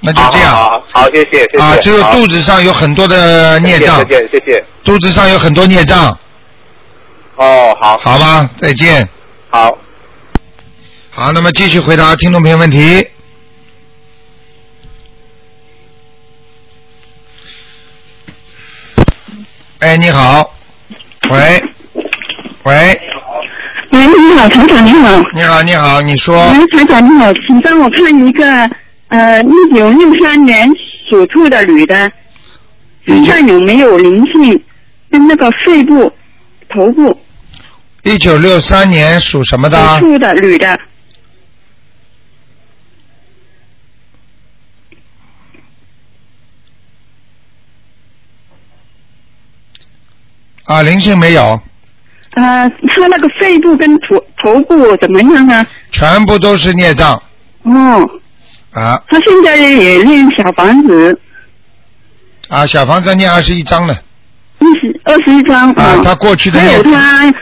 那就这样
好好好，好谢谢，谢谢。
啊。只有
好
肚子上有很多的孽障
再，见，谢谢。
肚子上有很多孽障，
哦，好，
好吧？再见。
好。
好，那么继续回答听众朋友问题。哎，你好，喂，喂，
喂，你好，台长你好。嗯
你好，你好，你说。
喂，台长你好，请帮我看一个呃，一九六三年属兔的女的，
嗯
身上有没有灵性？跟那个肺部、头部
一九六三年属什么的？
属兔的女的，
啊，灵性没有，
呃，她那个肺部跟头头部怎么样啊？
全部都是孽障
哦，
啊
她现在也练小房子，
啊！小房子念二十一章了
一十二十一张
啊，
哦
他过去的
还
孽
有，她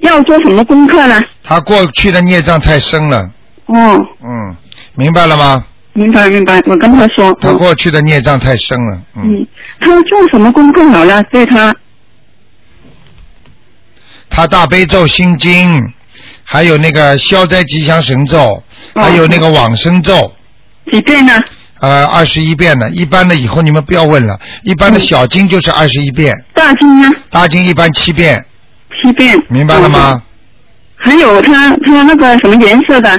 要做什么功课呢？
他过去的孽障太深了，
哦，
嗯，明白了吗？
明白明白，我跟她说。
他过去的孽障太深了，嗯，
嗯，他做什么功课好了？对他，
他大悲咒心经，还有那个消灾吉祥神咒，还有那个往生咒。
几哦遍呢？
呃，二十一遍呢。一般的以后你们不要问了，一般的小经就是二十一遍。
嗯大经呢？
大经一般七遍。
七遍。哦
明白了吗？
还有他他那个什么颜色的，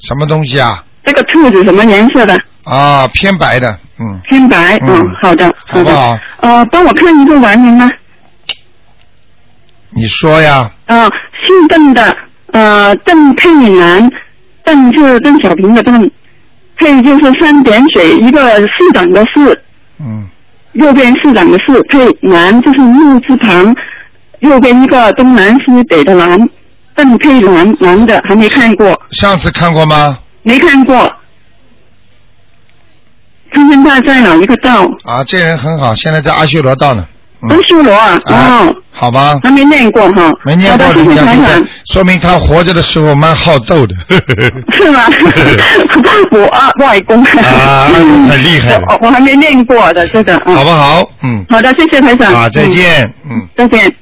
什么东西啊？
这个兔子什么颜色的？
啊，偏白的，嗯，
偏白。
嗯
好的，
好不
的。
好？
呃，帮我看一个完人吗？
你说呀，
呃，姓邓的，呃，邓佩南，邓就是邓小平的邓，佩就是三点水一个市长的市，
嗯，
右边市长的市，佩南就是木字旁，右边一个东南西北的南，邓佩南，男的还没看过，
上次看过吗？
没看过。看看他在哪一个道？
啊，这人很好，现在在阿修罗道呢。嗯
阿修罗啊，
啊
哦，
好吧，
还没念过哈。
没念过
好的，谢
人
谢
家
台
就
长
在。，说明他活着的时候蛮好斗的。
是吗？我啊，外公。哦
啊很厉害
我我还没练过的这个。
好
好
不？好？嗯，
好的，谢谢台长。
啊，再见，嗯
嗯。，再见。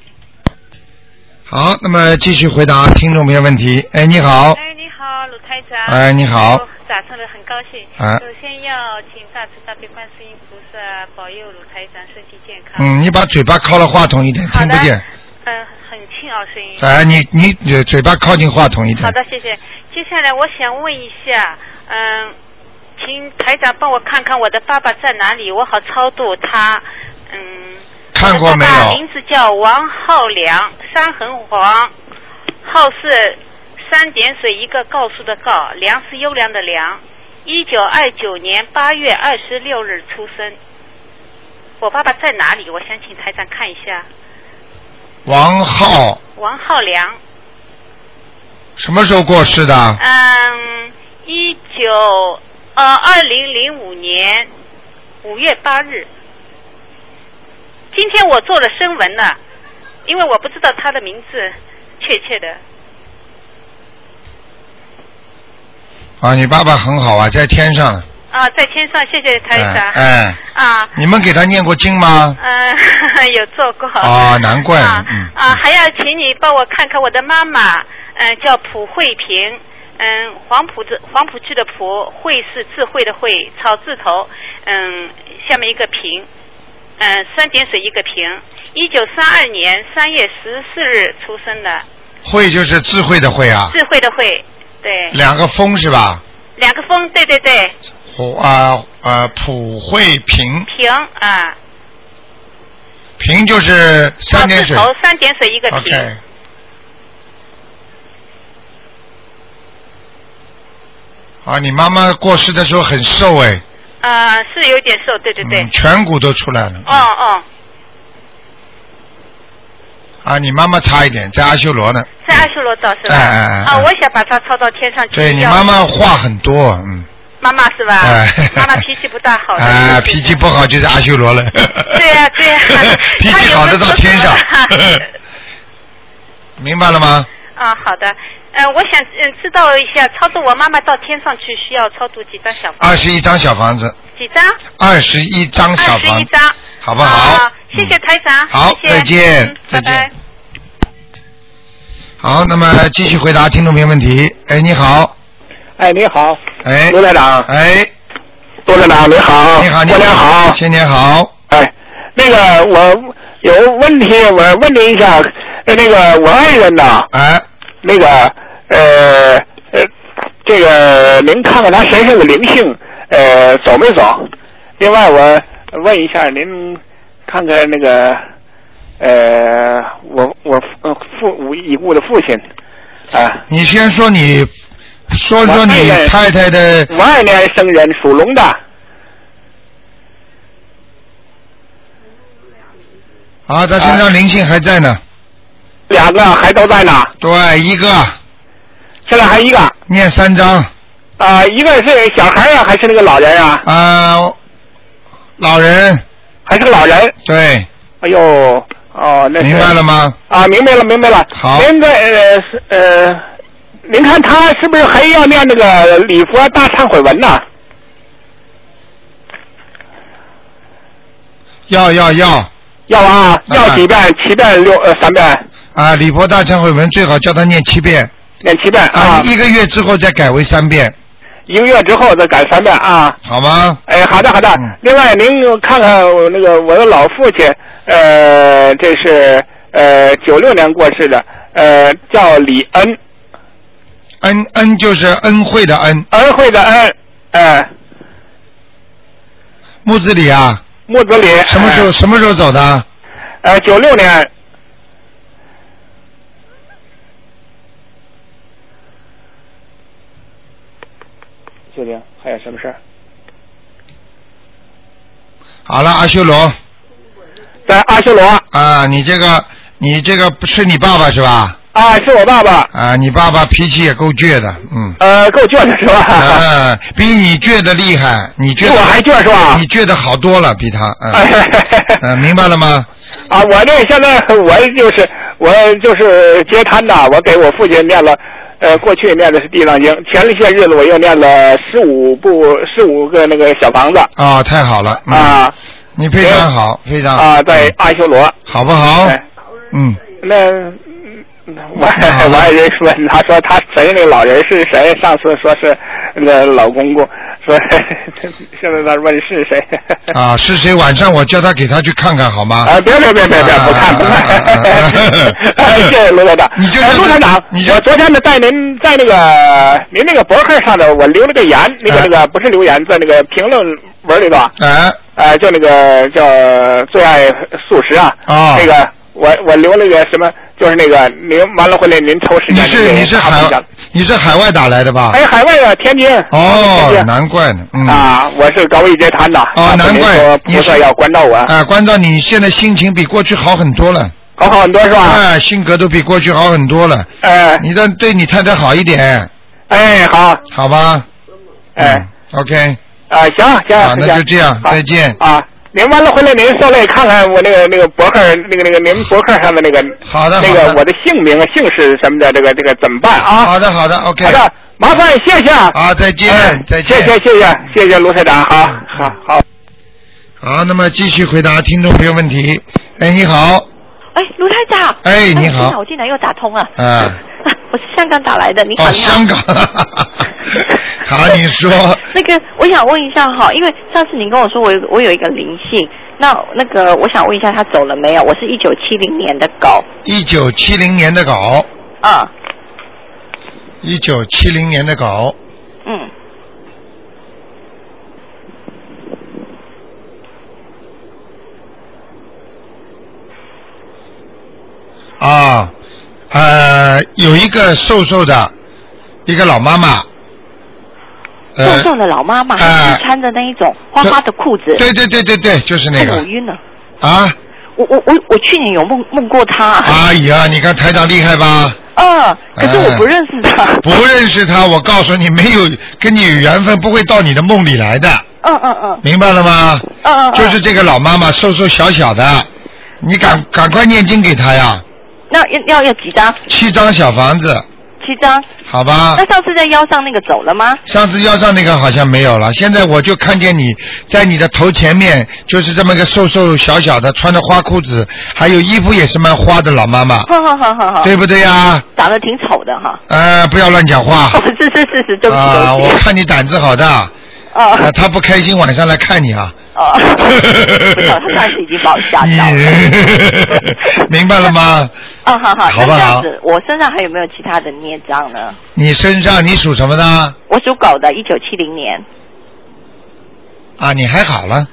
好，那么继续回答听众朋友问题。哎，你好，
哎，你好，鲁台长。
哎你好
哦。打通了，很高兴。
哎
首先要请大慈大悲观世音菩萨保佑鲁台长身体健康。
嗯，你把嘴巴靠了话筒一点，
好
听
的
不见。
嗯，很轻啊，声音。
哎，你你你嘴巴靠近话筒一点
好。的，谢谢。接下来我想问一下，嗯，请台长帮我看看我的爸爸在哪里，我好超度他。嗯，
看过没
他
有？
名字叫王浩良，三横黄，浩是三点水一个告诉的告，良是优良的良。一九二九年八月二十六日出生。我爸爸在哪里？我想请台长看一下。
王浩
王浩良，
什么时候过世的？
嗯，一九呃二零零五年五月八日。今天我做了声纹了，因为我不知道他的名字确切的。
啊，你爸爸很好啊，在天上呢。
啊，在天上，谢谢台长。
哎
啊，
你们给他念过经吗？
嗯、 有做过。
啊，难怪。
啊
嗯，
啊，还要请你帮我看看我的妈妈，嗯、叫蒲慧萍，嗯，黄浦字黄浦区的浦，慧是智慧的慧，草字头，嗯，下面一个平，嗯，三点水一个平，一九三二年三月十四日出生的，
啊慧就是智慧的慧啊，
智慧的慧，对，
两个风是吧？
两个风，对对对，
虎啊呃，普惠平
平啊，
平就是三点水
草。啊字头三点水一个平
OK，啊，你妈妈过世的时候很瘦哎，
啊、是有点瘦，对对对，
嗯，颧骨都出来了
哦哦，
啊，你妈妈差一点，在阿修罗呢。
是阿修罗道是吧？
哎哎哎
啊，我想把它抄到天上去。
对你
要
妈妈话很多，嗯，
妈妈是吧？
哎
妈妈脾气不大好。
啊，脾气不好就是阿修罗了，
对呀、对啊呀、
脾气好的到天上， 明白了吗？
啊，好的。嗯、我想嗯知道一下，超度我妈妈到天上去需要超度几张小房？
二十一张小房子，
几张？
二十啊一张小
二十
房
一
子，
张。
好不好？
啊，谢谢台长。
好
谢谢
再见
嗯
再见
拜拜。
好，那么继续回答听众朋友问题。哎，你好，
哎，你好，
哎，
卢台长，
哎，
卢台长，你好，
你好，你
过年好，
新年好，
哎那个我有问题，我问您一下，呃那个我爱人呐，
哎，
那个呃呃，这个您看看他身上的灵性呃走没走？另外我问一下您，看看那个呃我我呃父我已故的父亲啊，
你先说你，说说你
我爱人
太太的
五二年生人，属龙的。
啊，她身上灵性还在呢，
两个还都在呢。
对，一个。
现在还一个。啊、
念三张，
一个是小孩啊，还是那个老人啊？
啊、老人，
还是个老人。
对，
哎呦，哦，那是
明白了吗？
啊，明白了，明白了。
好
您这呃是呃，您看他是不是还要念那个礼佛大忏悔文呢？
要要要
要啊，要几遍？七遍、六呃三遍，
啊！李婆大忏悔文最好叫她念七遍
念七遍
啊，
啊。
一个月之后再改为三遍，
一个月之后再改三遍啊。
好吗？
哎，好的好的。
嗯
另外，您看看我那个我的老父亲，呃，这是呃九六年过世的，呃，叫李恩，
恩恩就是恩惠的恩，
恩惠的恩，哎、
木子李啊，
木子李。哎
什么时候、什么时候走的？
呃，九六年，九零还有什么事儿？
好了，阿修罗
在阿修罗
啊，你这个你这个不是你爸爸是吧？
啊，是我爸爸，
啊，你爸爸脾气也够倔的，嗯。
呃，够倔的是吧？
嗯，比你倔的厉害，你倔得
比我还倔是吧
你倔的好多了，比他， 嗯，嗯，明白了吗？
啊，我这现在我就是我就是截瘫的，我给我父亲念了，呃，过去念的是《地藏经》，前一些日子我又念了十五部十五个那个小房子
啊、太好了，嗯、
啊
你非常好，非常好嗯
啊，在阿修罗，
好不好？
哎
嗯，
那嗯我我爱人说，他说他谁那个老人是谁？上次说是那老公公，说 现在他问是谁？
啊，是谁？晚上我叫他给他去看看好吗？
啊，别别别别别，不看不 看，谢谢卢台长。
你就
哎卢台长，我昨天呢在您在那个
啊
您那个博客上头，我留了个言，那个那个不是留言，在那个评论文里头，
哎，
呃，就那个叫最爱素食啊，
啊
那个我我留了个什么，就是那个您完了回来您抽时间，
你是
您给
你是
大家讲
海你是海外打来的吧？
哎，海外的天津
哦，
天津
难怪呢，嗯
啊，我是高位截坛的
啊，难怪
菩萨要关照我，
啊，关照你现在心情比过去好很多了。
好好很多是吧？
哎，性格都比过去好很多了。
哎，
你的对你太太好一点。
哎，好。
好吧。嗯
哎
，OK。
啊，行行
啊，
行
那就这样，
好
再见。
啊。您完了回来，您上来看看我那个那个博客，那个那个您博客上的那个
好的
那
好
个
的
我的姓名、姓氏什么的，这个这个怎么办啊？
好的，好的，OK。
好的，麻烦谢谢。
好，再见，再见。
谢谢谢谢谢谢卢台长，好好好。
好，那么继续回答听众朋友问题。哎，你好，
哎，卢台长。
哎你好
天哪我竟然又打通了。
啊，
我是香港打来的，你好，
哦，
你好。
香港， 好，你说，
那个，我想问一下哈，因为上次您跟我说我有我有一个灵性，那那个我想问一下他走了没有？我是一九七零年的狗，
一九七零年的狗，
啊，
一九七零年的狗，
嗯，
啊，呃，有一个瘦瘦的，一个老妈妈，
瘦
呃，
瘦的老妈妈，还是穿着那一种花花的裤子，
对对对对对，就是那
哎我
个
晕了。
啊，
我我我我去年有梦梦过他，
哎呀，你看台长厉害吧？
嗯，可是我不认识他，
呃不认识他，我告诉你，没有跟你有缘分，不会到你的梦里来的。
嗯嗯嗯，
明白了吗？
嗯嗯嗯
就是这个老妈妈，瘦瘦小小的，你赶赶快念经给她呀，
那要要要几张？
七张小房子，
七张。
好吧
那？上次在腰上那个走了吗？
上次腰上那个好像没有了，现在我就看见你在你的头前面，就是这么一个瘦瘦小小的，穿着花裤子，还有衣服也是蛮花的老妈妈。
好好好好好，
对不对呀
长得挺丑的哈。
呃，不要乱讲话。
哦是是是是，对不起
啊、
对不
我
起。
看你胆子好大。
哦
啊，他不开心，晚上来看你啊。
哦，不知道他上次已经把我吓 到了。
你 明白了吗？
哦，好好，
好
那
不好
这样子，我身上还有没有其他的孽障呢？
你身上你属什么的？
我属狗的，一九七零年。
啊，你还好了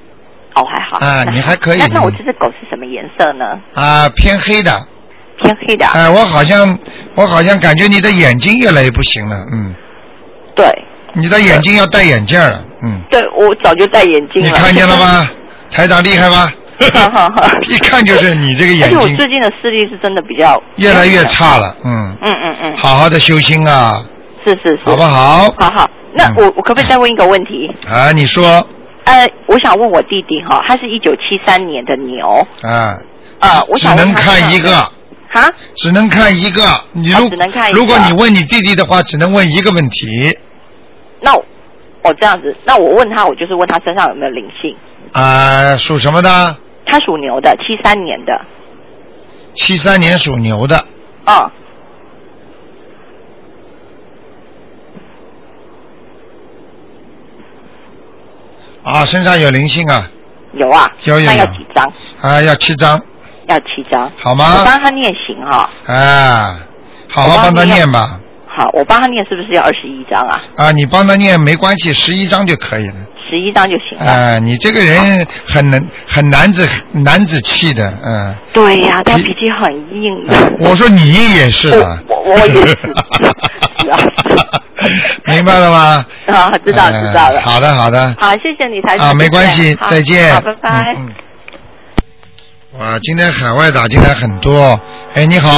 哦，还好。
啊你还可以
那那我这只狗是什么颜色 呢？
啊，偏黑的。
偏黑的。
哎、我好像我好像感觉你的眼睛越来越不行了，嗯。
对。
你的眼睛要戴眼镜了，嗯。
对，我早就戴眼镜了。
你看见了？ 吗？台长厉害吧？
好哦好好。
一看就是你这个
而
眼
且我
睛
最近的视力是真的比较
越来越差了，嗯。
嗯嗯嗯，
好好的修心啊，
是是是，
好不？好？
好好，
嗯
那我我可不可以再问一个问题？
啊，你说
呃，我想问我弟弟哈，他是一九七三年的牛，
啊，
啊，我
只
想问
能
他
看一个，
哈，
只能看一个。你如、
哦只能看一个
如果你问你弟弟的话，只能问一个问题
那我哦这样子，那我问他，我就是问他身上有没有灵性，
啊，属什么的？
他属牛的，七三年的，
七三年属牛的，
嗯，
啊，身上有灵性啊，
有啊，
有有
那要
有
几张？
啊，要七张，
要七张，
好吗
我帮他念行哈，
啊，好好
我
帮
帮
他
你
念
念
吧，
好，我帮他念是不是要二十一张啊？
啊，你帮他念没关系，十一张就可以了。
十一张就行了。
啊，你这个人很能很男子男子气的，嗯、
对呀、他脾气很硬的。
我说你也是啊的，
我我也是是啊，
明白了吗？
啊，知道
嗯
知道了。
好的好的。
好，谢谢你，台长。
啊，没关系，
好
再见。
好，拜拜。
嗯嗯哇，今天海外打进来很多。哎，你好，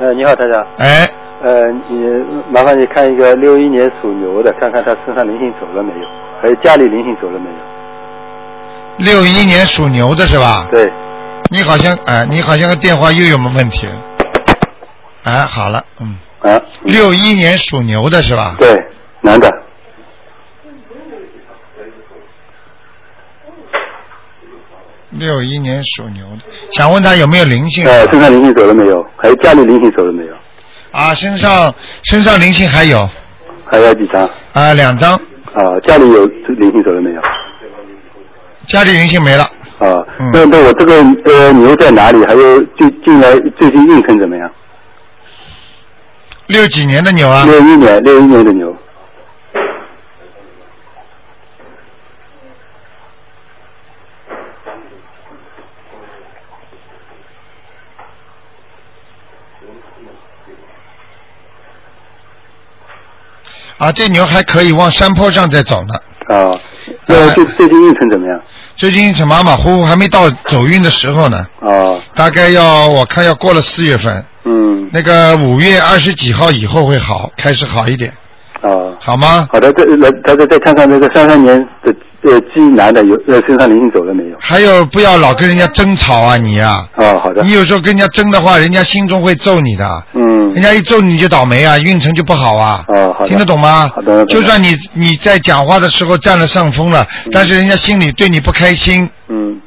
呃，你好，台长。
哎，
呃，你麻烦你看一个六一年属牛的，看看他身上灵性走了没有，还有家里灵性走了没有？
六一年属牛的是吧？
对。
你好像哎，你好像电话又有问题了。哎，好了，嗯。
啊。
六一年属牛的是吧？
对，男的。
六一年属牛的，想问他有没有灵性？
呃，身上灵性走了没有？还有家里灵性走了没有？
啊，身上身上灵性还有
还要几张？
啊，两张，
啊，家里有灵性走了没有？
家里灵性没了。
啊，
嗯
那那我这个呃牛在哪里？还有最近来最近运程怎么样？
六几年的牛啊？
六一年六一年的牛，
啊，这牛还可以往山坡上再走呢。
啊，那最最近运程怎么样？
最近是马马虎虎，还没到走运的时候呢。
啊，
大概要我看要过了四月份，
嗯，
那个五月二十几号以后会好，开始好一点，
啊，
好吗？
好的，再来，大家再看看那个三三年的呃鸡男的有呃身上灵性走了没有？
还有不要老跟人家争吵啊，你啊，
啊，好的，
你有时候跟人家争的话，人家心中会揍你的，
嗯，
人家一揍你就倒霉啊，运程就不好啊。
啊，好的，
听得懂吗？
好的，
就算你你在讲话的时候占了上风了，但是人家心里对你不开心，
嗯，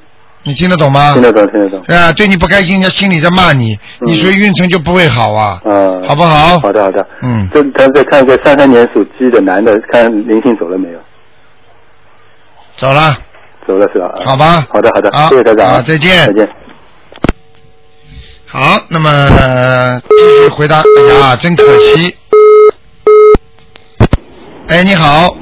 你听得懂吗？
听得懂，听得懂，
啊，对你不开心，人家心里在骂你，你所以运程就不会好啊，
嗯，
好不好？
好的，好的，
嗯，
这咱再看一个三三年属鸡的男的，看灵性走了没有？
走了，
走了是吧？
好吧。
好的，好的
好，
谢谢台长啊，
好再见
再见。
好，那么、呃继续回答。哎呀，真可惜。哎，你好，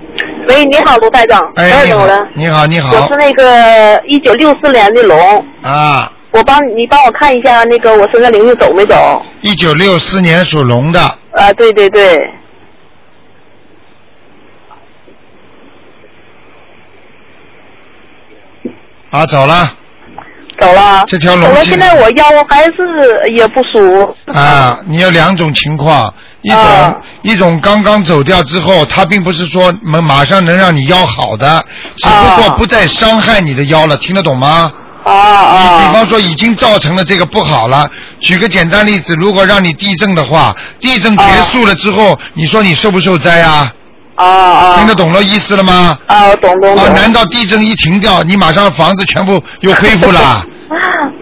喂，你好，卢台长，
哎，你
等
好
了，，
你好，你
我
好
是，那个一九六四年的龙，
啊，
我帮你帮我看一下那个我身上灵性走没走？
一九六四年属龙的，
啊，对对对，
啊，走了，
走了。
这条
走
龙
了，
筋
现在我腰还是也不舒。
啊，你有两种情况，一种、
啊
一种刚刚走掉之后，它并不是说能马上能让你腰好的，只不过不再伤害你的腰了，听得懂吗？
啊啊！
比方说已经造成了这个不好了，举个简单例子，如果让你地震的话，地震结束了之后，你说你受不受灾啊？
啊啊！
听得懂了意思了吗？
啊，我懂懂
啊，难道地震一停掉，你马上房子全部又 恢复了？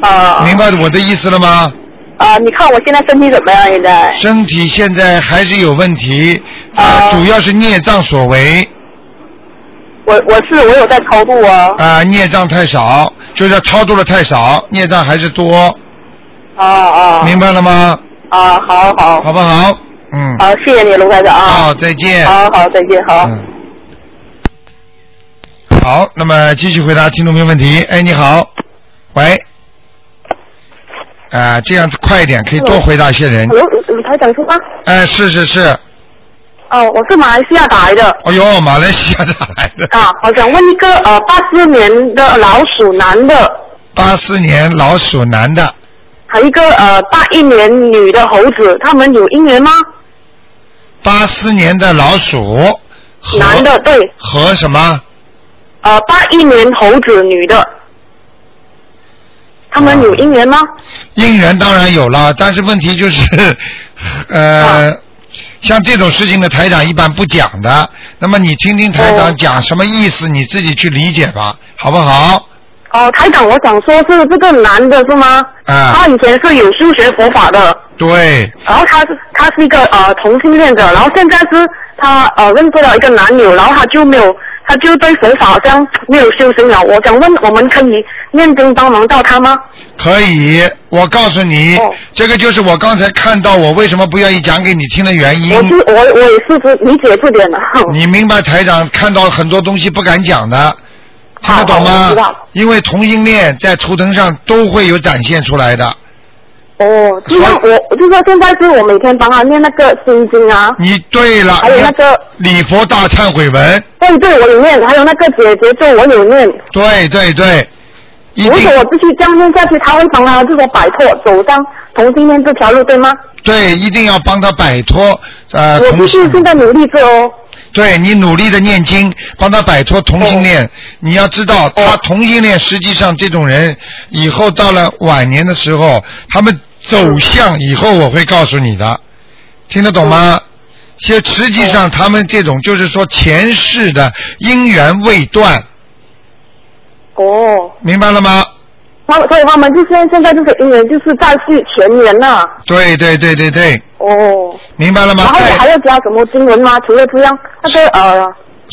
啊
明白我的意思了吗？
啊！你看我现在身体怎么样？现在
身体现在还是有问题，啊，主要是孽障所为，
我我是我有在超度啊
啊，孽障太少，就是超度的太少，孽障还是多，
啊啊！
明白了吗？
啊，好好
好不好？嗯，
好，谢谢你，卢台长啊。
好，再见。
好好，再见，啊好。
嗯好，那么继续回答听众朋友问题。哎，你好，喂，啊，这样子快一点，可以多回答一些人。
嗯
卢卢台长是吗？
哎，是是是，
啊
哦，我是马来西亚打来的。
哎呦，马来西亚的来的，
啊，我想问一个呃，八四年的老鼠男的，
八四年老鼠男的，
还有一个呃八一年女的猴子，他们有姻缘吗？
八四年的老鼠，和
男的对，
和什么？
呃八一年猴子女的，他们有姻缘吗？
姻缘当然有了，但是问题就是， 呃，
啊
像这种事情的台长一般不讲的。那么你听听台
哦
长讲什么意思，你自己去理解吧，好不好？
哦，台长，我想说是这个男的是吗？
啊
他以前是有修学佛法的，
对，
然后他是他是一个呃同性恋者，然后现在是他呃认识了一个男友，然后他就没有，他就对佛法好像没有修行了。我想问，我们可以念经帮忙到他吗？
可以。我告诉你，
哦
这个就是我刚才看到我为什么不愿意讲给你听的原因。
我是我我也是不理解这点的。啊
你明白台长看到很多东西不敢讲的，听得懂
好我
吗
知道？
因为同性恋在图腾上都会有展现出来的。
哦，就像我，就说现在是我每天帮他念那个心经啊，
你对了，
还有那个
礼佛大忏悔文，
对对，我有念，还有那个姐姐咒我有念。
对对对，一
如
定
果我继续这样念下去，他会帮他就说摆脱走上同性恋这条路，对吗？
对，一定要帮他摆脱呃
我
同
必须
性。
现在努力做哦。
对你努力的念经，帮他摆脱同性
哦
恋。你要知道，他同性恋实际上这种人，以后到了晚年的时候，他们走向以后我会告诉你的，听得懂
哦
吗？实实际上他们这种就是说前世的姻缘未断，
哦，
明白了吗？
他所以他们就现在现在就是因为就是再续前缘呐、
对对对对对，
哦，
明白了吗
然？后我
在
还要加什么经文吗？除了这样，那个呃，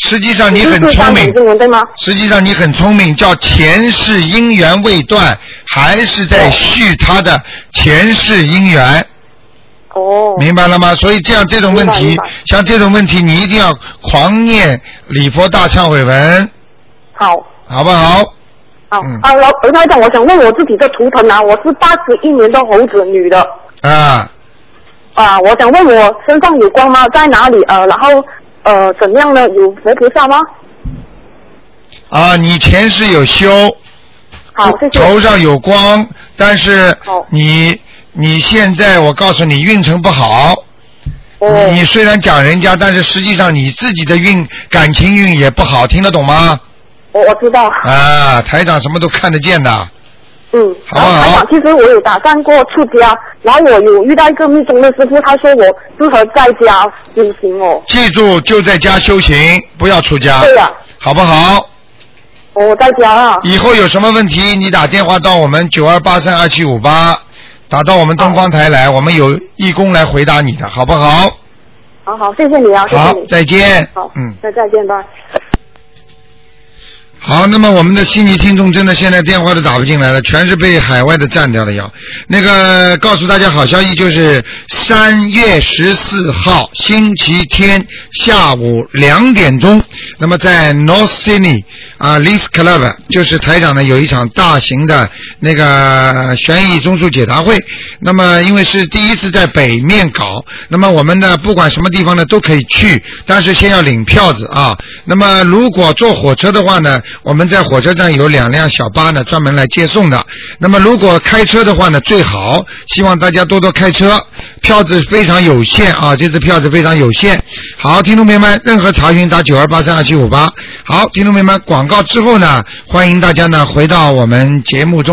实际啊上你很
就是
聪
三
明嗯
本，经文对吗？
实际上你很聪明，叫前世姻缘未断，还是在续他的前世姻缘。
哦。
明白了吗？所以这样这种问题，像这种问题，你一定要狂念礼佛大忏悔文，
好，
好不好？嗯
好、啊，老刘台长，我想问我自己的图腾啊，我是八十一年的猴子女的
啊，
啊，我想问我身上有光吗？在哪里？呃，然后呃怎样呢？有佛菩萨吗？
啊，你前世有修，
好，谢谢。
头上有光，但是你你现在我告诉你运程不好。
哦
你你虽然讲人家，但是实际上你自己的运感情运也不好，听得懂吗？
我我知道，
啊，台长什么都看得见的。
嗯，
好啊不好
然后台长，其实我有打算过出家，然后我有遇到一个密宗的师傅，他说我适合在家修行哦。
记住，就在家修行，不要出家。
对呀
好不好？
我在家啊。
以后有什么问题，你打电话到我们九二八三二七五八，打到我们东方台来，我们有义工来回答你的，好不好？
好好，谢谢你啊，谢谢
好
你。，
再见。
好，
嗯，
再再见吧。
好，那么我们的悉尼听众真的现在电话都打不进来了，全是被海外的占掉了要。那个告诉大家好消息就是三月十四号星期天下午两点钟，那么在 North Sydney 啊 l i s Club 就是台长呢有一场大型的那个悬疑综述解答会。那么因为是第一次在北面搞，那么我们呢不管什么地方呢都可以去，但是先要领票子啊。那么如果坐火车的话呢，我们在火车站有两辆小巴呢，专门来接送的。那么如果开车的话呢，最好希望大家多多开车。票子非常有限啊，这次票子非常有限。好，听众朋友们，任何查询打九二八三二七五八。好，听众朋友们，广告之后呢，欢迎大家呢回到我们节目中来。